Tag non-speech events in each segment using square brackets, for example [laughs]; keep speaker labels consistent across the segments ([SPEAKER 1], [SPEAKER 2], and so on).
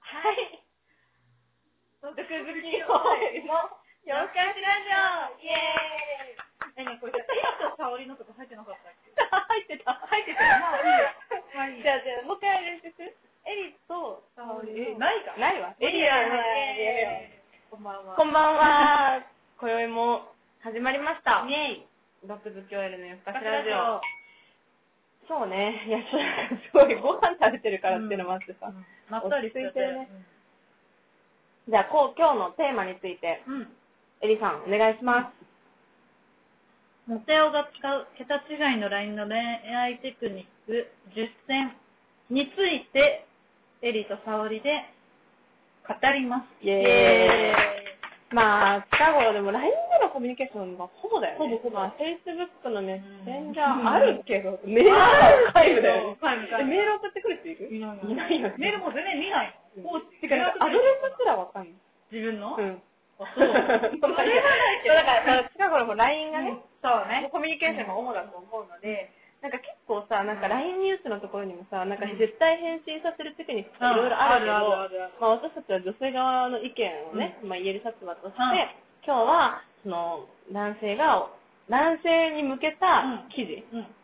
[SPEAKER 1] はい。
[SPEAKER 2] 毒好
[SPEAKER 1] 好きの
[SPEAKER 2] の
[SPEAKER 1] よろしくラジオイエーイ
[SPEAKER 2] え、ね、これさ、手と香りのとこ入ってなかったっけ
[SPEAKER 1] 入ってた。入って
[SPEAKER 2] たよまあいいよまあいいよ
[SPEAKER 1] じゃあじゃあ、もう一回練習する。エリと、
[SPEAKER 2] え、ないか
[SPEAKER 1] ないわ。エリ
[SPEAKER 2] は
[SPEAKER 1] は
[SPEAKER 2] ない
[SPEAKER 1] ね、
[SPEAKER 2] こんばんは。
[SPEAKER 1] こんばんは。今宵も始まりました。
[SPEAKER 2] イェイ。
[SPEAKER 1] ロックズ教エルの夜更
[SPEAKER 2] バ
[SPEAKER 1] か
[SPEAKER 2] カ
[SPEAKER 1] し
[SPEAKER 2] シ
[SPEAKER 1] ラ
[SPEAKER 2] ラ
[SPEAKER 1] ジ
[SPEAKER 2] ジ
[SPEAKER 1] オ
[SPEAKER 2] オ。。
[SPEAKER 1] そうね。いや、すごい、ご飯食べてるからっていうのもあってさ。
[SPEAKER 2] うんまったりして
[SPEAKER 1] 落ち着いてるねじゃあ、こう、今日のテーマについて、
[SPEAKER 2] うん。
[SPEAKER 1] エリさん、お願いします。
[SPEAKER 2] モテオが使う桁違いの LINE の恋愛テクニック10選について、エリと沙織で語ります。
[SPEAKER 1] イエーイまあ、近頃でも LINE でのコミュニケーションがほぼだよね。
[SPEAKER 2] ほぼほぼ
[SPEAKER 1] まあ、Facebook のメッセンジャ
[SPEAKER 2] うん
[SPEAKER 1] ーあるけど、メールは皆無だよね。
[SPEAKER 2] 皆無皆無
[SPEAKER 1] えメール送ってくる人いる
[SPEAKER 2] いない
[SPEAKER 1] いないよね
[SPEAKER 2] メールも全然見ないの。
[SPEAKER 1] もう、てか、なんかアドレスすらわかんない。
[SPEAKER 2] 自分の、
[SPEAKER 1] うん。
[SPEAKER 2] あ
[SPEAKER 1] [laughs] そ
[SPEAKER 2] そうう。
[SPEAKER 1] まあいいやそうだから、その近頃も LINE がね、
[SPEAKER 2] そう
[SPEAKER 1] もう。コミュニケーションが主だと思うので、なんか結構さ、なんか LINE ニュースのところにもさ、なんか
[SPEAKER 2] うん
[SPEAKER 1] 絶対返信させるテクニックとかいろいろあるけど、
[SPEAKER 2] あるあるある
[SPEAKER 1] まあ、私たちは女性側の意見をね、まあ、言える立場として、
[SPEAKER 2] うん
[SPEAKER 1] 今日はその男性が男性に向けた記事、
[SPEAKER 2] うん。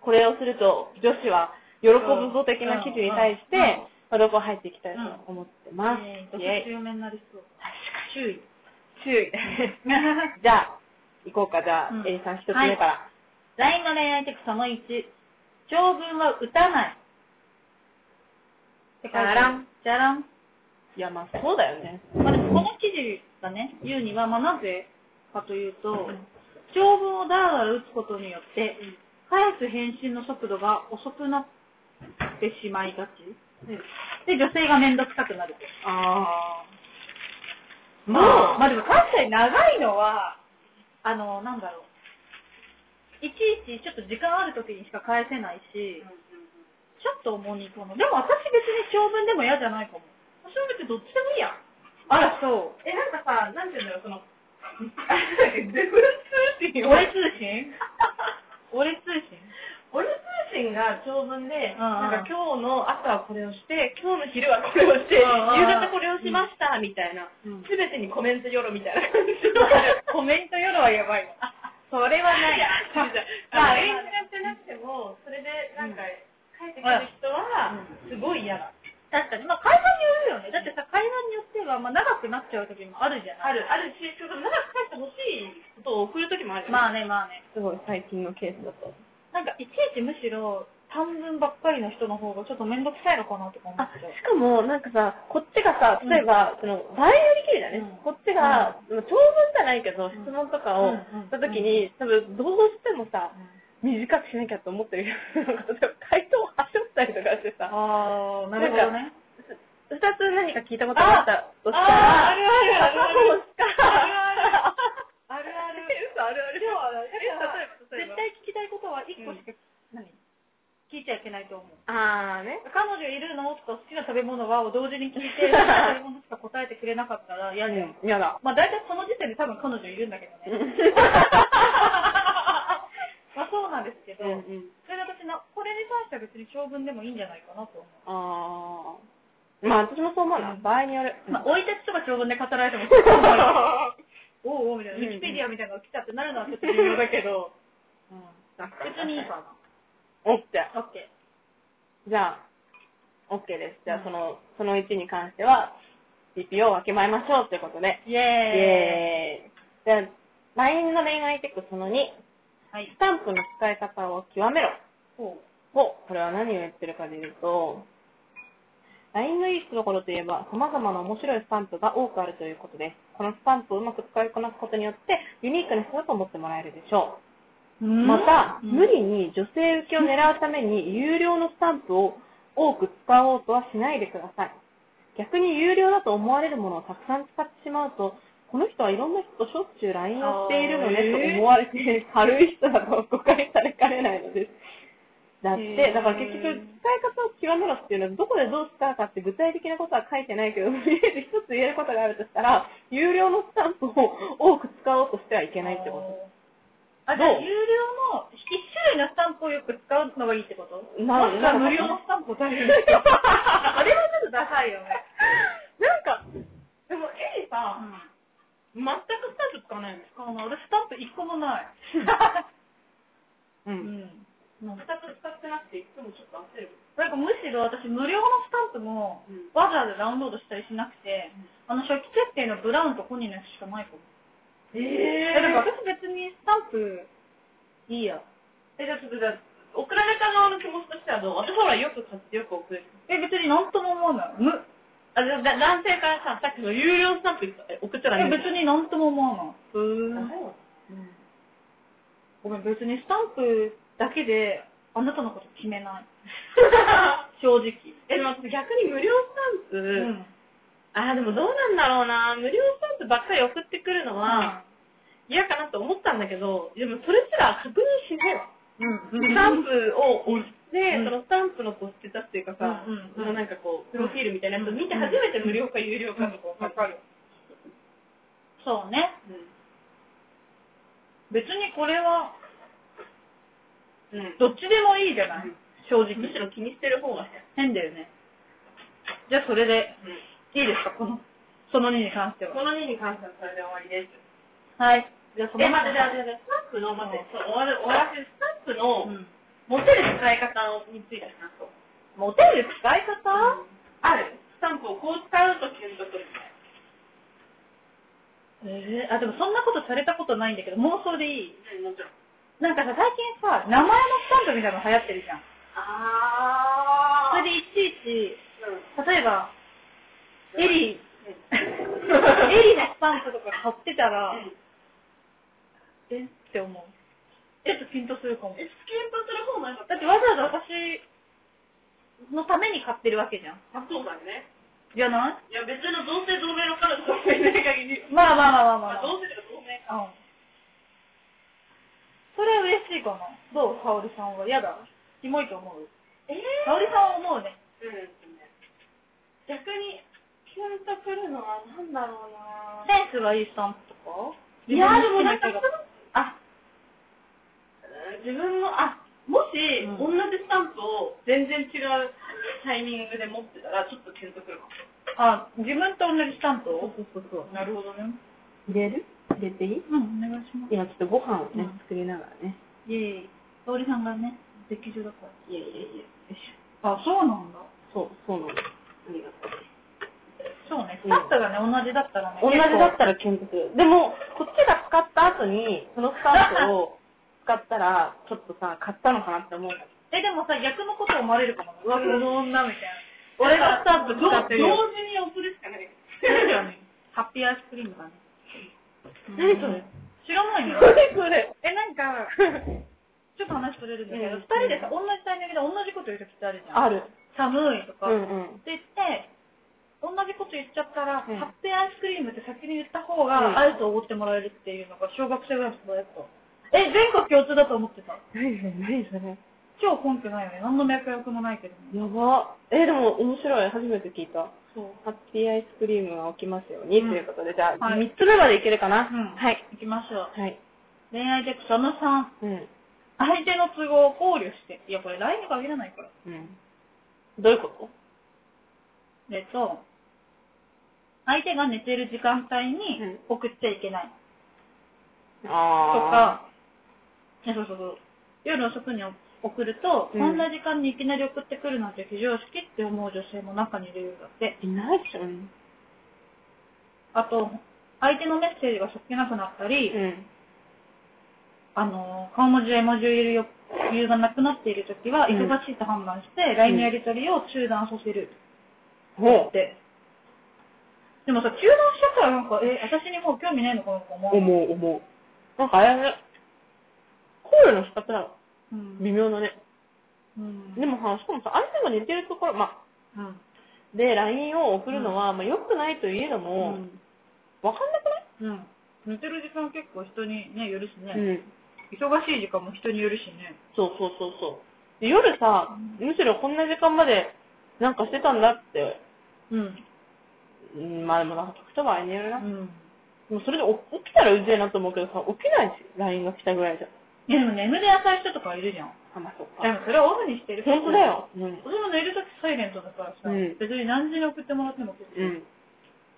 [SPEAKER 1] これをすると女子は喜ぶぞ的な記事に対して、
[SPEAKER 2] うん
[SPEAKER 1] まあ、録音入っていきたいと思ってます。
[SPEAKER 2] えー、ど
[SPEAKER 1] イエイ
[SPEAKER 2] 中面になりそう。
[SPEAKER 1] 確
[SPEAKER 2] 注意。
[SPEAKER 1] かに注意。 [laughs] じゃあ、行こうか。じゃあ、
[SPEAKER 2] うん
[SPEAKER 1] エリさん一つ目から。
[SPEAKER 2] LINE の恋愛テクその1。長文は打たない。
[SPEAKER 1] じゃらん。
[SPEAKER 2] じゃらん。
[SPEAKER 1] い、や、まあそうだよね。
[SPEAKER 2] まあ、でもこの記事がね、言うには、まあ、なぜかというと、長文をだらだら打つことによって、返す返信の速度が遅くなってしまいがち。で、女性が面倒くさくなると。
[SPEAKER 1] ああ。もう、
[SPEAKER 2] まあでも確かに長いのは、あの、なんだろう。いちいちちょっと時間ある時にしか返せないし、ちょっと重にこの。でも私別に長文でも嫌じゃないかも。私は別にどっちでもいいや。あら、そう。
[SPEAKER 1] え、なんかさ、なんていうんだろう、そ
[SPEAKER 2] [laughs]
[SPEAKER 1] の、デブ通信
[SPEAKER 2] 俺通信俺通信
[SPEAKER 1] 俺通信が長文で、
[SPEAKER 2] うん
[SPEAKER 1] なんか今日の朝はこれをして、今日の昼はこれをして、夕
[SPEAKER 2] うん
[SPEAKER 1] 方これをしました、みたいな
[SPEAKER 2] うん。
[SPEAKER 1] すべてにコメントよろみ
[SPEAKER 2] [laughs]
[SPEAKER 1] たいな感じ
[SPEAKER 2] コメント夜はやばいわ。それはない。
[SPEAKER 1] [laughs] まあ、LINE 使ってなくても、それでなんか、帰ってくる人は、すごい嫌だ。
[SPEAKER 2] 確かに。まあ会話によるよね。だってさ、会話によっては、まあ長くなっちゃう時もあるじゃない
[SPEAKER 1] ある、あるし、ちょっと長く返してほしいことを送るときもあるよね
[SPEAKER 2] まあね、まあね。
[SPEAKER 1] すごい最近のケースだと。
[SPEAKER 2] なんかいちいちむしろ短文ばっかりの人の方がちょっとめんどくさいのかなとか思
[SPEAKER 1] あ
[SPEAKER 2] っちゃう。
[SPEAKER 1] しかも、なんかさ、こっちがさ、例えば、その、場合によりきりだね。
[SPEAKER 2] うん
[SPEAKER 1] こっちが、長文じゃないけど、質問とか
[SPEAKER 2] う
[SPEAKER 1] を
[SPEAKER 2] ん
[SPEAKER 1] したときに、多分、どうしてもさ、短くしなきゃと思ってる人が、多分回答をはしょったりとかしてさ、
[SPEAKER 2] あー、
[SPEAKER 1] なるほどね
[SPEAKER 2] ね。
[SPEAKER 1] 二つ何か聞いたことがあったとした
[SPEAKER 2] あ
[SPEAKER 1] ら、
[SPEAKER 2] あるあるある
[SPEAKER 1] 片方しか、
[SPEAKER 2] あるある。
[SPEAKER 1] 嘘あるある。
[SPEAKER 2] 絶
[SPEAKER 1] 例えば、例えば。
[SPEAKER 2] 対聞きたいことは1個しか、何聞いちゃいけないと思う。
[SPEAKER 1] あーね。
[SPEAKER 2] 彼女いるのとか好きな食べ物はを同時
[SPEAKER 1] [laughs]
[SPEAKER 2] に聞いて、好きな食べ物しか答えてくれなかったら嫌じゃん。
[SPEAKER 1] やだ。
[SPEAKER 2] まあ大体その時点で多分彼女いるんだけど
[SPEAKER 1] [laughs]
[SPEAKER 2] ね。 [laughs] まあそうなんですけど、
[SPEAKER 1] うん。
[SPEAKER 2] それで私な、これに関しては別に長文でもいいんじゃないかなと思
[SPEAKER 1] あ
[SPEAKER 2] う。
[SPEAKER 1] ー。まあ私もそう思うな。場合による。
[SPEAKER 2] まあ、生い立ちとか長文で語られても、ちょっと困る
[SPEAKER 1] [laughs]
[SPEAKER 2] おうおうみたいな、
[SPEAKER 1] うん
[SPEAKER 2] ウィキペディアみたいなのが来たってなるのはちょっと微妙だけ [laughs] ど、うん、別にいいかな。
[SPEAKER 1] オッケー。
[SPEAKER 2] オッケ
[SPEAKER 1] じゃあ、オッケーです。じゃあ、その、その1に関しては、TPO を分けまえましょうということで。
[SPEAKER 2] ー。イ
[SPEAKER 1] イ
[SPEAKER 2] エーイ。
[SPEAKER 1] エーイ。じゃあ、LINE の恋愛テクその2、
[SPEAKER 2] はい
[SPEAKER 1] ス。タンプの使い方を極めろ。
[SPEAKER 2] ほ
[SPEAKER 1] を、これは何を言ってるかで言うと、LINE のいいところといえば、様々な面白いスタンプが多くあるということです。このスタンプをうまく使いこなすことによって、ユニークな人だと思ってもらえるでしょう。
[SPEAKER 2] う。
[SPEAKER 1] また、
[SPEAKER 2] うん
[SPEAKER 1] 無理に女性受けを狙うために有料のスタンプを多く使おうとはしないでください。逆に有料だと思われるものをたくさん使ってしまうと、この人はいろんな人としょっちゅう LINE をしているの
[SPEAKER 2] あー
[SPEAKER 1] ね
[SPEAKER 2] えー
[SPEAKER 1] と思われて、軽い人だと誤解されかねないのです。だっ
[SPEAKER 2] へ
[SPEAKER 1] て、
[SPEAKER 2] ー
[SPEAKER 1] だから結局、使い方を極めろっていうのは、どこでどう使うかって具体的なことは書いてないけど、とりあえず一つ言えることがあるとしたら、有料のスタンプを多く使おうとしてはいけないってこと。
[SPEAKER 2] あ、じゃあ、
[SPEAKER 1] どう
[SPEAKER 2] 有料の一種類のスタンプをよく使うのがいいってこと
[SPEAKER 1] な
[SPEAKER 2] もしくは無料のスタンプを大量に使う。あれはちょっとダサいよね。
[SPEAKER 1] 全くスタンプ使わない [laughs] の。
[SPEAKER 2] 使わない。私スタンプ一個も [laughs] ない。
[SPEAKER 1] う
[SPEAKER 2] う。ん。なん
[SPEAKER 1] 全
[SPEAKER 2] か
[SPEAKER 1] く使ってなくて、いつもちょっと焦る。
[SPEAKER 2] なんかむしろ私無料のスタンプも
[SPEAKER 1] うん
[SPEAKER 2] わざわざダウンロードしたりしなくて、あの初期設定のブラウンとコニーのやつしかないかも。
[SPEAKER 1] え
[SPEAKER 2] え、だから私別にスタンプいいや。
[SPEAKER 1] え、じゃあちょっとじゃあ送られた側の気持ちとしてはどう私ほらよく買ってよく送る。
[SPEAKER 2] え、別になんとも思わない。む
[SPEAKER 1] あ、じゃあだ男性からさ、さっきの有料スタンプえ送ったら
[SPEAKER 2] え、別
[SPEAKER 1] に。
[SPEAKER 2] になんとも思わない。う
[SPEAKER 1] う
[SPEAKER 2] ーん。ごめん、別にスタンプだけであなたのこと決めない。正直。
[SPEAKER 1] [laughs] え、でも逆に無料スタンプ、
[SPEAKER 2] うん。
[SPEAKER 1] あー、でもどうなんだろうな。無料スタンプばっかり送ってくるのは嫌かなって思ったんだけど、でもそれすら確認しないわ。
[SPEAKER 2] うん。うん。
[SPEAKER 1] スタンプを押して、
[SPEAKER 2] うん
[SPEAKER 1] そのスタンプのこうステータスっていうかさ、
[SPEAKER 2] うんうん
[SPEAKER 1] そのなんかこう、プロフィールみたいなやつを見て初めて無料か有料かとかわかる。
[SPEAKER 2] そうね。
[SPEAKER 1] う
[SPEAKER 2] 別にこれは
[SPEAKER 1] ん。うん
[SPEAKER 2] どっちでもいいじゃない、
[SPEAKER 1] うん
[SPEAKER 2] 正直。
[SPEAKER 1] むしろ気にしてる方が。
[SPEAKER 2] 変だよね。じゃあそれで、いいですかこの、その2に関しては。
[SPEAKER 1] この2に関してはそれで終わりです。
[SPEAKER 2] はい。
[SPEAKER 1] じゃあ、
[SPEAKER 2] その
[SPEAKER 1] え、待って、じゃあ、じゃあじゃあ、スタンプの、待って、そう終わる、終わらせる、スタンプ
[SPEAKER 2] う
[SPEAKER 1] の、
[SPEAKER 2] ん。
[SPEAKER 1] モテる使い方について話そう。
[SPEAKER 2] モテる使い方、
[SPEAKER 1] あるスタンプをこう使うとキュンとくるみたい
[SPEAKER 2] えーあ、でもそんなことされたことないんだけど、妄想でいい
[SPEAKER 1] な。もちろん。
[SPEAKER 2] なんかさ、最近さ、名前のスタンプみたいなの流行ってるじゃん。
[SPEAKER 1] あ
[SPEAKER 2] そ
[SPEAKER 1] それ
[SPEAKER 2] れ
[SPEAKER 1] で、
[SPEAKER 2] でいちいち、
[SPEAKER 1] うん。
[SPEAKER 2] 例えば、エ
[SPEAKER 1] う
[SPEAKER 2] リー、
[SPEAKER 1] ん
[SPEAKER 2] エリーのスタンプとか買ってたら、
[SPEAKER 1] うん
[SPEAKER 2] えって思う。えっとピンとするかも。
[SPEAKER 1] え、スキンとする方もなんか、
[SPEAKER 2] だってわざわざ私のために買ってるわけじゃん。
[SPEAKER 1] あ、そうだね。
[SPEAKER 2] じゃない
[SPEAKER 1] いや、別の同姓同名の彼女とかいない限り、
[SPEAKER 2] まあまあま
[SPEAKER 1] まあ、
[SPEAKER 2] あまあまあ、ま
[SPEAKER 1] 同姓とか同名か。
[SPEAKER 2] あ。うん。それは嬉しいかな。どう沙織さんは。やだ。キモいと思う。
[SPEAKER 1] え
[SPEAKER 2] 沙織さんは思うね。
[SPEAKER 1] うん。逆に、キュンとくるのはなんだろうな
[SPEAKER 2] センスがいいスタンプとか
[SPEAKER 1] いやでもなんか
[SPEAKER 2] 自分の好きな気が
[SPEAKER 1] あ、自分の、あ、もし、
[SPEAKER 2] う
[SPEAKER 1] 同
[SPEAKER 2] ん
[SPEAKER 1] じスタンプを全然違うタイミングで持ってたら、ちょっと検討くるかも。
[SPEAKER 2] あ、自分と同じスタンプを
[SPEAKER 1] そうそうそう。
[SPEAKER 2] なるほどね。
[SPEAKER 1] 入れる入れていい
[SPEAKER 2] うん、お願いしま
[SPEAKER 1] 今ちょっとご飯を
[SPEAKER 2] ね
[SPEAKER 1] 作りながらね。
[SPEAKER 2] す。いえいえ、沙織さんがね、劇場だか
[SPEAKER 1] いやいやいや、よいし
[SPEAKER 2] ら。あ、そうなんだ。
[SPEAKER 1] ょ。そう、そうなの。ありがとう。
[SPEAKER 2] そうね、ス
[SPEAKER 1] うん
[SPEAKER 2] タンプがね、同じだったらね。
[SPEAKER 1] 同じだった
[SPEAKER 2] ら。
[SPEAKER 1] ら検討する。でも、こっちが使った後に、そのスタンプを使ったら、ちょっとさ、買ったのかなって思うから。
[SPEAKER 2] え、でもさ、逆のこと思われるかもね。うわ、この女みたいな。
[SPEAKER 1] 俺がスタンプ使ってるよ。
[SPEAKER 2] 同
[SPEAKER 1] 時に送るし
[SPEAKER 2] [laughs]
[SPEAKER 1] かない。
[SPEAKER 2] ハッピーアイスクリームだね。
[SPEAKER 1] 何それ
[SPEAKER 2] 知らないの
[SPEAKER 1] それ。
[SPEAKER 2] え、なんか、ちょっと話取れるんだけど、
[SPEAKER 1] うん
[SPEAKER 2] 二、人でさ、同じタイミングで同じこと言う時ってあるじゃん。
[SPEAKER 1] ある。
[SPEAKER 2] 寒いとか、って
[SPEAKER 1] ん。
[SPEAKER 2] 言って、同じこと言っちゃった
[SPEAKER 1] う
[SPEAKER 2] ら、
[SPEAKER 1] ん
[SPEAKER 2] ハッピーアイスクリームって先に言った方
[SPEAKER 1] うん
[SPEAKER 2] が、アイスをおごってもらえるっていうのが、小学生ぐらいの時やった。え、全国共通だと思ってた。
[SPEAKER 1] 何それ何それ
[SPEAKER 2] 超根拠ないよね。何の脈絡もないけどね。
[SPEAKER 1] やば。え、でも面白い。初めて聞いた。
[SPEAKER 2] そう。
[SPEAKER 1] ハッピーアイスクリームが起きますように、
[SPEAKER 2] うん
[SPEAKER 1] ということで、じゃあ、
[SPEAKER 2] は
[SPEAKER 1] 三
[SPEAKER 2] い
[SPEAKER 1] つ目までいけるかな、
[SPEAKER 2] うん
[SPEAKER 1] はい。
[SPEAKER 2] 行きましょう。
[SPEAKER 1] はい。
[SPEAKER 2] 恋愛テクその3。
[SPEAKER 1] うん。
[SPEAKER 2] 相手の都合を考慮して。いや、これ LINE に限らないから。
[SPEAKER 1] うん。どういうこと
[SPEAKER 2] えっと、相手が寝てる時間帯
[SPEAKER 1] うん
[SPEAKER 2] に送っちゃいけない。と
[SPEAKER 1] あ
[SPEAKER 2] か、いやそうそうそう。夜遅くに送ると、
[SPEAKER 1] うん
[SPEAKER 2] こんな時間にいきなり送ってくるなんて非常識って思う女性も中にいるようだって。
[SPEAKER 1] とか。いないっしょ。うん。
[SPEAKER 2] あと、相手のメッセージがそっけなくなったり、
[SPEAKER 1] うん。
[SPEAKER 2] あの、顔文字や絵文字を入れる余裕がなくなっているときは、
[SPEAKER 1] うん
[SPEAKER 2] 忙しいと判断して、LINE のやり取りを中断させる。
[SPEAKER 1] ほ
[SPEAKER 2] って。でもさ、中断しちゃったらなんか、え、私にもう興味ないのかなとか思
[SPEAKER 1] う。
[SPEAKER 2] う。
[SPEAKER 1] 思う、思う。なんかあれだね。コールの仕方だ。
[SPEAKER 2] うん。
[SPEAKER 1] 微妙だね。
[SPEAKER 2] うん。
[SPEAKER 1] でもさ、しかもさ、相手が寝てるところ、まあ、
[SPEAKER 2] うん、
[SPEAKER 1] で、LINE を送るのは、まあ、良くないといえども、わかんなくない
[SPEAKER 2] うん。うん。寝てる時間結構人にね、よるしね。
[SPEAKER 1] うん。
[SPEAKER 2] 忙しい時間も人によるしね。
[SPEAKER 1] そうそうそうそう。で夜さ、むしろこんな時間までなんかしてたんだって、
[SPEAKER 2] うん。
[SPEAKER 1] うん、まあでもなんか時と場合によるな。
[SPEAKER 2] うん。
[SPEAKER 1] もうそれで起起きたらうぜえなと思うけどさ、起きないし、LINE が来たぐらいじゃん。
[SPEAKER 2] いやでも眠り浅い人とかいるじゃん。
[SPEAKER 1] あ、まあそっ
[SPEAKER 2] で
[SPEAKER 1] か。
[SPEAKER 2] もそれはオフにしてる。
[SPEAKER 1] 本当だ。よ。うん。
[SPEAKER 2] 私も寝るときサイレントだからさ、
[SPEAKER 1] うん
[SPEAKER 2] 別に何時に送ってもらって
[SPEAKER 1] う
[SPEAKER 2] も
[SPEAKER 1] ん。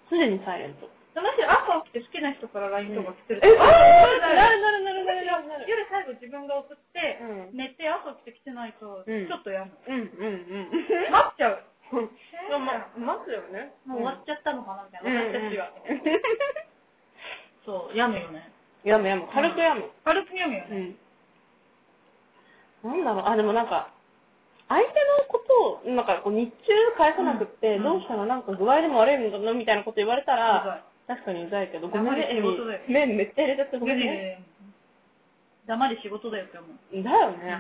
[SPEAKER 1] すでにサイレント。
[SPEAKER 2] むしろ朝起きて好きな人から LINE とか来てると
[SPEAKER 1] え、
[SPEAKER 2] か、
[SPEAKER 1] なるなるなるなるなるなる。
[SPEAKER 2] 夜最後自分が送って、
[SPEAKER 1] うん
[SPEAKER 2] 寝て朝起きて来てない
[SPEAKER 1] う
[SPEAKER 2] と、
[SPEAKER 1] ん
[SPEAKER 2] ちょっとやむ。
[SPEAKER 1] うんうん
[SPEAKER 2] 待っちゃう。
[SPEAKER 1] うん。まあまあ、待つよね。
[SPEAKER 2] もう終わっちゃったのかなみ
[SPEAKER 1] う
[SPEAKER 2] たい
[SPEAKER 1] ん
[SPEAKER 2] な、私たちは。そう、やむよね。
[SPEAKER 1] やむやむ、軽くやむ。
[SPEAKER 2] 軽くやむよ
[SPEAKER 1] う
[SPEAKER 2] ね。
[SPEAKER 1] ん。なんだろう、あ、でもなんか、相手のことを、なんかこう日中返さなくって、
[SPEAKER 2] うん
[SPEAKER 1] どうしたのなんか具合でも悪いのみたいなこと言われた
[SPEAKER 2] う
[SPEAKER 1] ら、
[SPEAKER 2] ざい
[SPEAKER 1] 確かにうざいけど、ごめんね、
[SPEAKER 2] 黙れ仕事だよ
[SPEAKER 1] エミ麺めっちゃ入れちゃってごめんね。
[SPEAKER 2] 黙り仕事だよって思う。
[SPEAKER 1] だよ
[SPEAKER 2] う
[SPEAKER 1] ね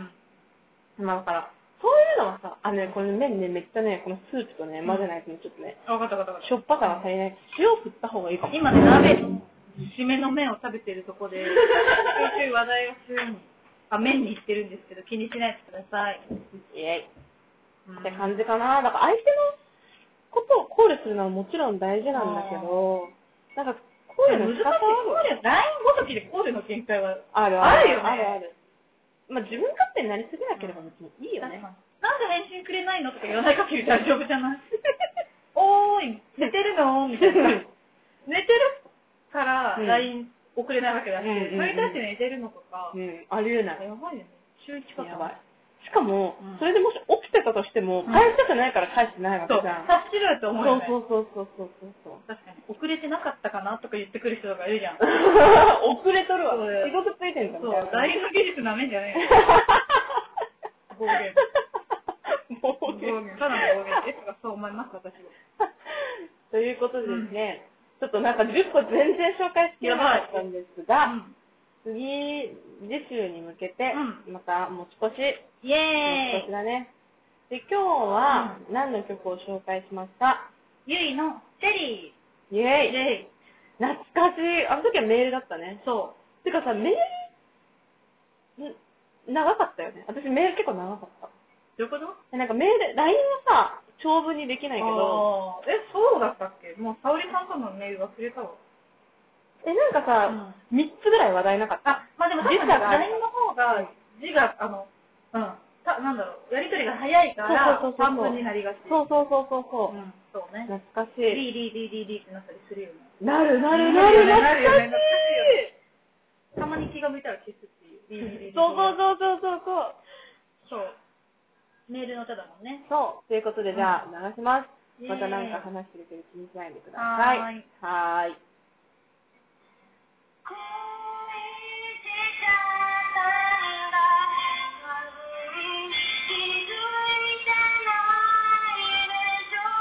[SPEAKER 2] ん。
[SPEAKER 1] まあだから、そういうのはさ、あ、ね、これ麺ね、めっちゃね、このスープとね、混ぜないとねちょっとね、
[SPEAKER 2] あわかったわかったわかっ
[SPEAKER 1] しょっぱさが足りない。塩振った方がいいかも
[SPEAKER 2] た。今ね、鍋の締めの麺を食べてるとこ
[SPEAKER 1] [laughs]
[SPEAKER 2] で、ちょいちょい話題をするように、あ、麺に行ってるんですけど、気にしないでください。
[SPEAKER 1] イェイ。
[SPEAKER 2] うん
[SPEAKER 1] って感じかな。だから相手のことを考慮するのはもちろん大事なんだけど、なんか考慮の
[SPEAKER 2] 難し
[SPEAKER 1] 仕
[SPEAKER 2] い。考
[SPEAKER 1] 方
[SPEAKER 2] 慮、ラインごときで考慮の限界は、
[SPEAKER 1] ある
[SPEAKER 2] あるよね
[SPEAKER 1] あるある。まあ自分勝手になりすぎなければ別にいいよ
[SPEAKER 2] 確
[SPEAKER 1] ね。
[SPEAKER 2] かになんで返信くれないのとか言わない限り大丈夫じゃない [laughs] おーい、寝てるのみたいな。寝てるから
[SPEAKER 1] うん
[SPEAKER 2] LINE 送れないわけだし、
[SPEAKER 1] うんうんうん
[SPEAKER 2] それに対して寝てるのとか、
[SPEAKER 1] うん、ありえない。
[SPEAKER 2] やばいよね。週一か
[SPEAKER 1] やばい。しかも、
[SPEAKER 2] うん
[SPEAKER 1] それでもし起きてたとしても、
[SPEAKER 2] うん
[SPEAKER 1] 返したくないから返してないわけ
[SPEAKER 2] そう、
[SPEAKER 1] じゃん。
[SPEAKER 2] 察しろよって思うよね。
[SPEAKER 1] そうそうそうそうそう
[SPEAKER 2] [laughs]
[SPEAKER 1] そう。
[SPEAKER 2] 確かに。遅れてなかったかなとか言ってくる人とかいるじゃん。
[SPEAKER 1] 遅れとるわ
[SPEAKER 2] そうだ。よ
[SPEAKER 1] 仕事ついてんじゃん
[SPEAKER 2] そ
[SPEAKER 1] み
[SPEAKER 2] う
[SPEAKER 1] たいな。、[laughs]
[SPEAKER 2] LINE の技術なめんじゃねえよ。暴言。
[SPEAKER 1] 暴
[SPEAKER 2] 暴
[SPEAKER 1] 言
[SPEAKER 2] 言。ただの暴言ですが、そう思います、私は。
[SPEAKER 1] [laughs] ということでですね、ちょっとなんか10個全然紹介しきれなかったんですが、
[SPEAKER 2] うん
[SPEAKER 1] 次、次週に向けて、
[SPEAKER 2] う
[SPEAKER 1] また持ち越し、持ち越
[SPEAKER 2] イェ
[SPEAKER 1] し
[SPEAKER 2] ーイ
[SPEAKER 1] だね。で、今日は何の曲を紹介しますか
[SPEAKER 2] ゆいのチェリ
[SPEAKER 1] イェ
[SPEAKER 2] ー
[SPEAKER 1] イ懐かしい。あの時はメールだったね。
[SPEAKER 2] そ
[SPEAKER 1] てかさ、メール、ん長かったよね。私メール結構長かった。
[SPEAKER 2] う。どういうこと
[SPEAKER 1] えなんかメール、LINE はさ、長文にできないけど、
[SPEAKER 2] あーえ、そうだったっけもう、沙織さんとのメール忘れたわ。
[SPEAKER 1] え、なんかさ、3つぐらい話題なかった。
[SPEAKER 2] あ、まあでも確か
[SPEAKER 1] 時
[SPEAKER 2] に
[SPEAKER 1] 差がある
[SPEAKER 2] LINE の方が字が、あの、うん、たなんだろう、やりとりが早いから、
[SPEAKER 1] そうそうそうそう
[SPEAKER 2] 短文になりがち。
[SPEAKER 1] そうそうそうそうそうう。
[SPEAKER 2] ん、そうね。
[SPEAKER 1] 懐かし
[SPEAKER 2] リ
[SPEAKER 1] い。
[SPEAKER 2] ーリーリーリーリーってなったりするよね。
[SPEAKER 1] なるなるなる
[SPEAKER 2] な
[SPEAKER 1] な
[SPEAKER 2] る
[SPEAKER 1] る
[SPEAKER 2] よ
[SPEAKER 1] よ
[SPEAKER 2] ね
[SPEAKER 1] ね
[SPEAKER 2] 懐かしたまに気が向いたら消すっていう。リーリーリーリーリー
[SPEAKER 1] そうそうそうそうそうそう。
[SPEAKER 2] そう。メールの歌だもんね。
[SPEAKER 1] そう。ということで、じゃあ、流します。
[SPEAKER 2] イエー
[SPEAKER 1] ま
[SPEAKER 2] イ
[SPEAKER 1] たなんか話してるけど気にしないでください。
[SPEAKER 2] はーい。
[SPEAKER 1] はーい。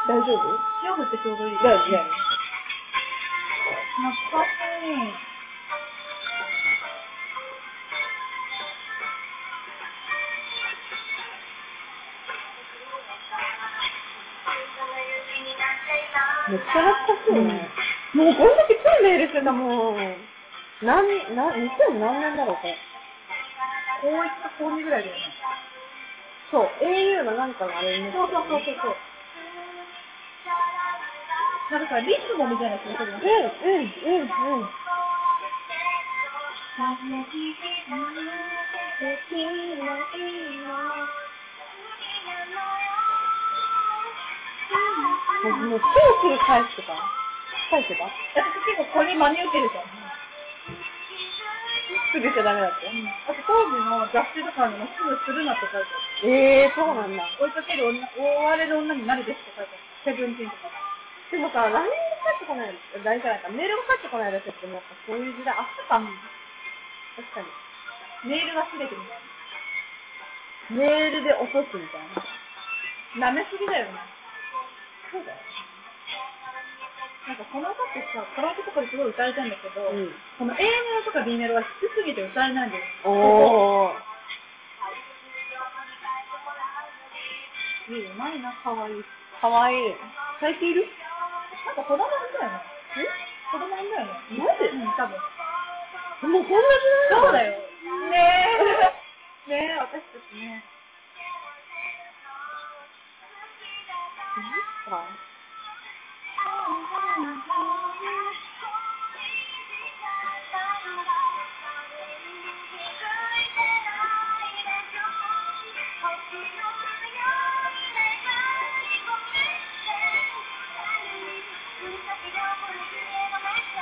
[SPEAKER 1] 大丈夫
[SPEAKER 2] 塩振ってちょうどいい。
[SPEAKER 1] だよね。
[SPEAKER 2] 懐かしい。
[SPEAKER 1] めっちゃ懐かしいね。もうこんだけ超メールしてたもん。何、何、2000何年だろう、これ。
[SPEAKER 2] 高1か高2ぐらいだよね。
[SPEAKER 1] そう、au のなんかのあれに
[SPEAKER 2] そう
[SPEAKER 1] ね。
[SPEAKER 2] そうそうそうそう。なんかさ、リスモみたいな気がす
[SPEAKER 1] う
[SPEAKER 2] るよ
[SPEAKER 1] ん、
[SPEAKER 2] ね。
[SPEAKER 1] うん、うん、うん。もう、もう、超すぐ返してた。返してた
[SPEAKER 2] 私結構これ真に受けるじゃん。
[SPEAKER 1] すぐしちゃダメだって。
[SPEAKER 2] あと当時の雑誌とかにもすぐするなって書いてある。
[SPEAKER 1] ええー、そうなんだ。
[SPEAKER 2] 追いかける女、追われる女になるですって書いてある。セブンティーンとか。
[SPEAKER 1] でもさ、LINE が返ってこない、LINE じゃないか、メールが返ってこないだけって、もうやっぱそういう時代あったかも。確かに。
[SPEAKER 2] メールが全てみたい
[SPEAKER 1] メールで落とすみたいな。
[SPEAKER 2] な。舐めすぎだよね。
[SPEAKER 1] そうだよ。
[SPEAKER 2] なんかこの歌ってさ、カラオケとかですごい歌えたんだけど、
[SPEAKER 1] うん
[SPEAKER 2] この A メロとか B メロは低すぎて歌えないんだよ。
[SPEAKER 1] おー。
[SPEAKER 2] いい、うまいな、かわいい。
[SPEAKER 1] かわいい。最近いる
[SPEAKER 2] なんか子供産んだよね。子供産んだよね。
[SPEAKER 1] マジ
[SPEAKER 2] うん、多分。
[SPEAKER 1] んもうそんな時代
[SPEAKER 2] そうだ
[SPEAKER 1] よ。
[SPEAKER 2] よ。ね
[SPEAKER 1] [laughs]
[SPEAKER 2] え。ねえ、私たちね。
[SPEAKER 1] なんか
[SPEAKER 3] 「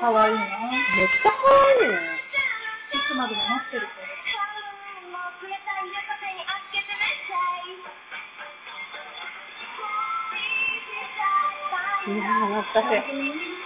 [SPEAKER 3] かわいいな。い
[SPEAKER 1] めっちゃ可愛いね。
[SPEAKER 3] つまでも待ってるから。
[SPEAKER 1] いやー懐かしい。